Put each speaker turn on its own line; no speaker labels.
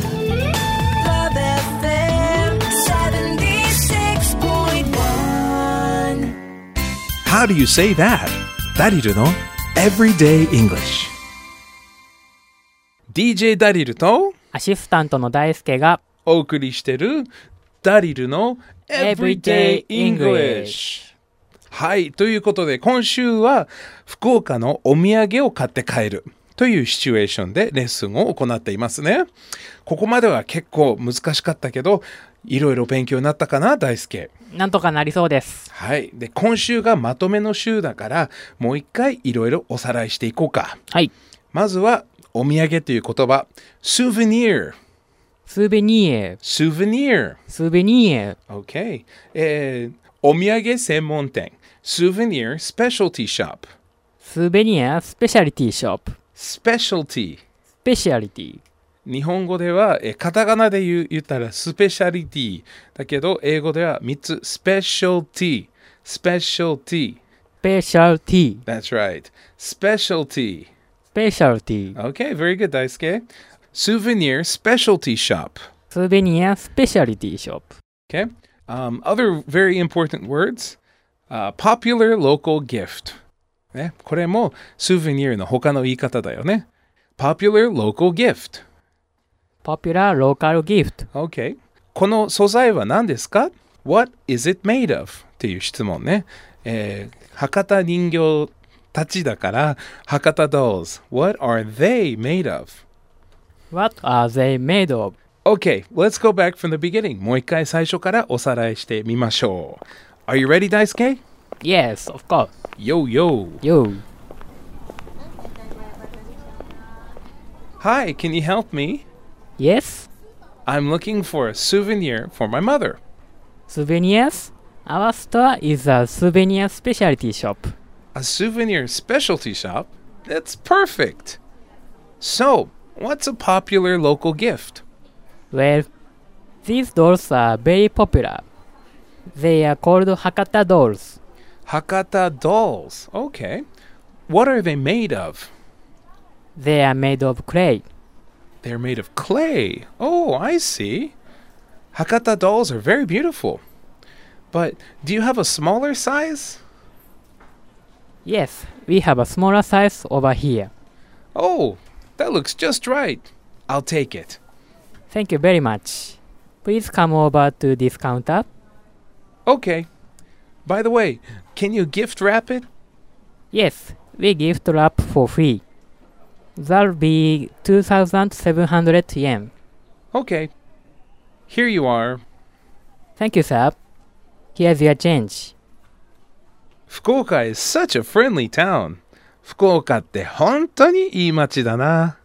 Club FM 76.1.
How do you say that? ダリルの Everyday English DJ ダリルと
アシスタントの大輔が
お送りしてるダリルの Everyday
Everyday
English はいということで今週は福岡のお土産を買って帰るというシチュエーションでレッスンを行っていますねここまでは結構難しかったけどいろいろ勉強になったかな大輔
なんとかなりそうです。
はい。で、今週がまとめの週だから、もう一回いろいろおさらいしていこうか。
はい。
まずは、お土産という言葉。souvenir。
スーベニーエ、
souvenir。
スーベニーエ、
OK。えー、お土産専門店。souvenir specialty shop。
スーベニーエ、スペシャリティショップ、
specialty。
スペシャリティ、
日本語では、えーカタカナで言う言ったらスペシャリティ。だけど、英語では3つ。specialty。specialty。
スペシャルティ、
That's right. specialty.
スペシャルティ、
Okay, very good, Daisuke. Souvenir specialty shop.
スーベニーエ、スペシャリティショップ、
Okay. Um, other very important words. Uh, popular local gift. ね、これも souvenir の他の言い方だよね。Popular local gift.
ポピュラーローカルギフト、
Okay. この素材は何ですか ?What is it made of? っていう質問ね。えー博多人形たちだから、博多 dolls. What are they made of?
What are they made of?
Okay, let's go back from the beginning. もう一回最初からおさらいしてみましょう。Are you ready, Daisuke?
Yes, of course.
Yo, yo.
You.
Hi, can you help me?
Yes,
I'm looking for a souvenir for my mother.
スーベニーエ、our store is a souvenir specialty shop.
A souvenir specialty shop? That's perfect. So, what's a popular local gift?
Well, these dolls are very popular. They are called Hakata dolls.
Hakata dolls. Okay. What are they made of?
They are made of clay.
They're made of clay. Oh, I see. Hakata dolls are very beautiful. But do you have a smaller size?
Yes, we have a smaller size over here.
Oh, that looks just right. I'll take it.
Thank you very much. Please come over to this counter.
Okay. By the way, can you gift wrap it?
Yes, we gift wrap for free. That'll be 2,700 yen.
Okay. Here you are.
Thank you, sir. Here's your change.
Fukuoka is such a friendly town. 福岡って本当にいい街だな。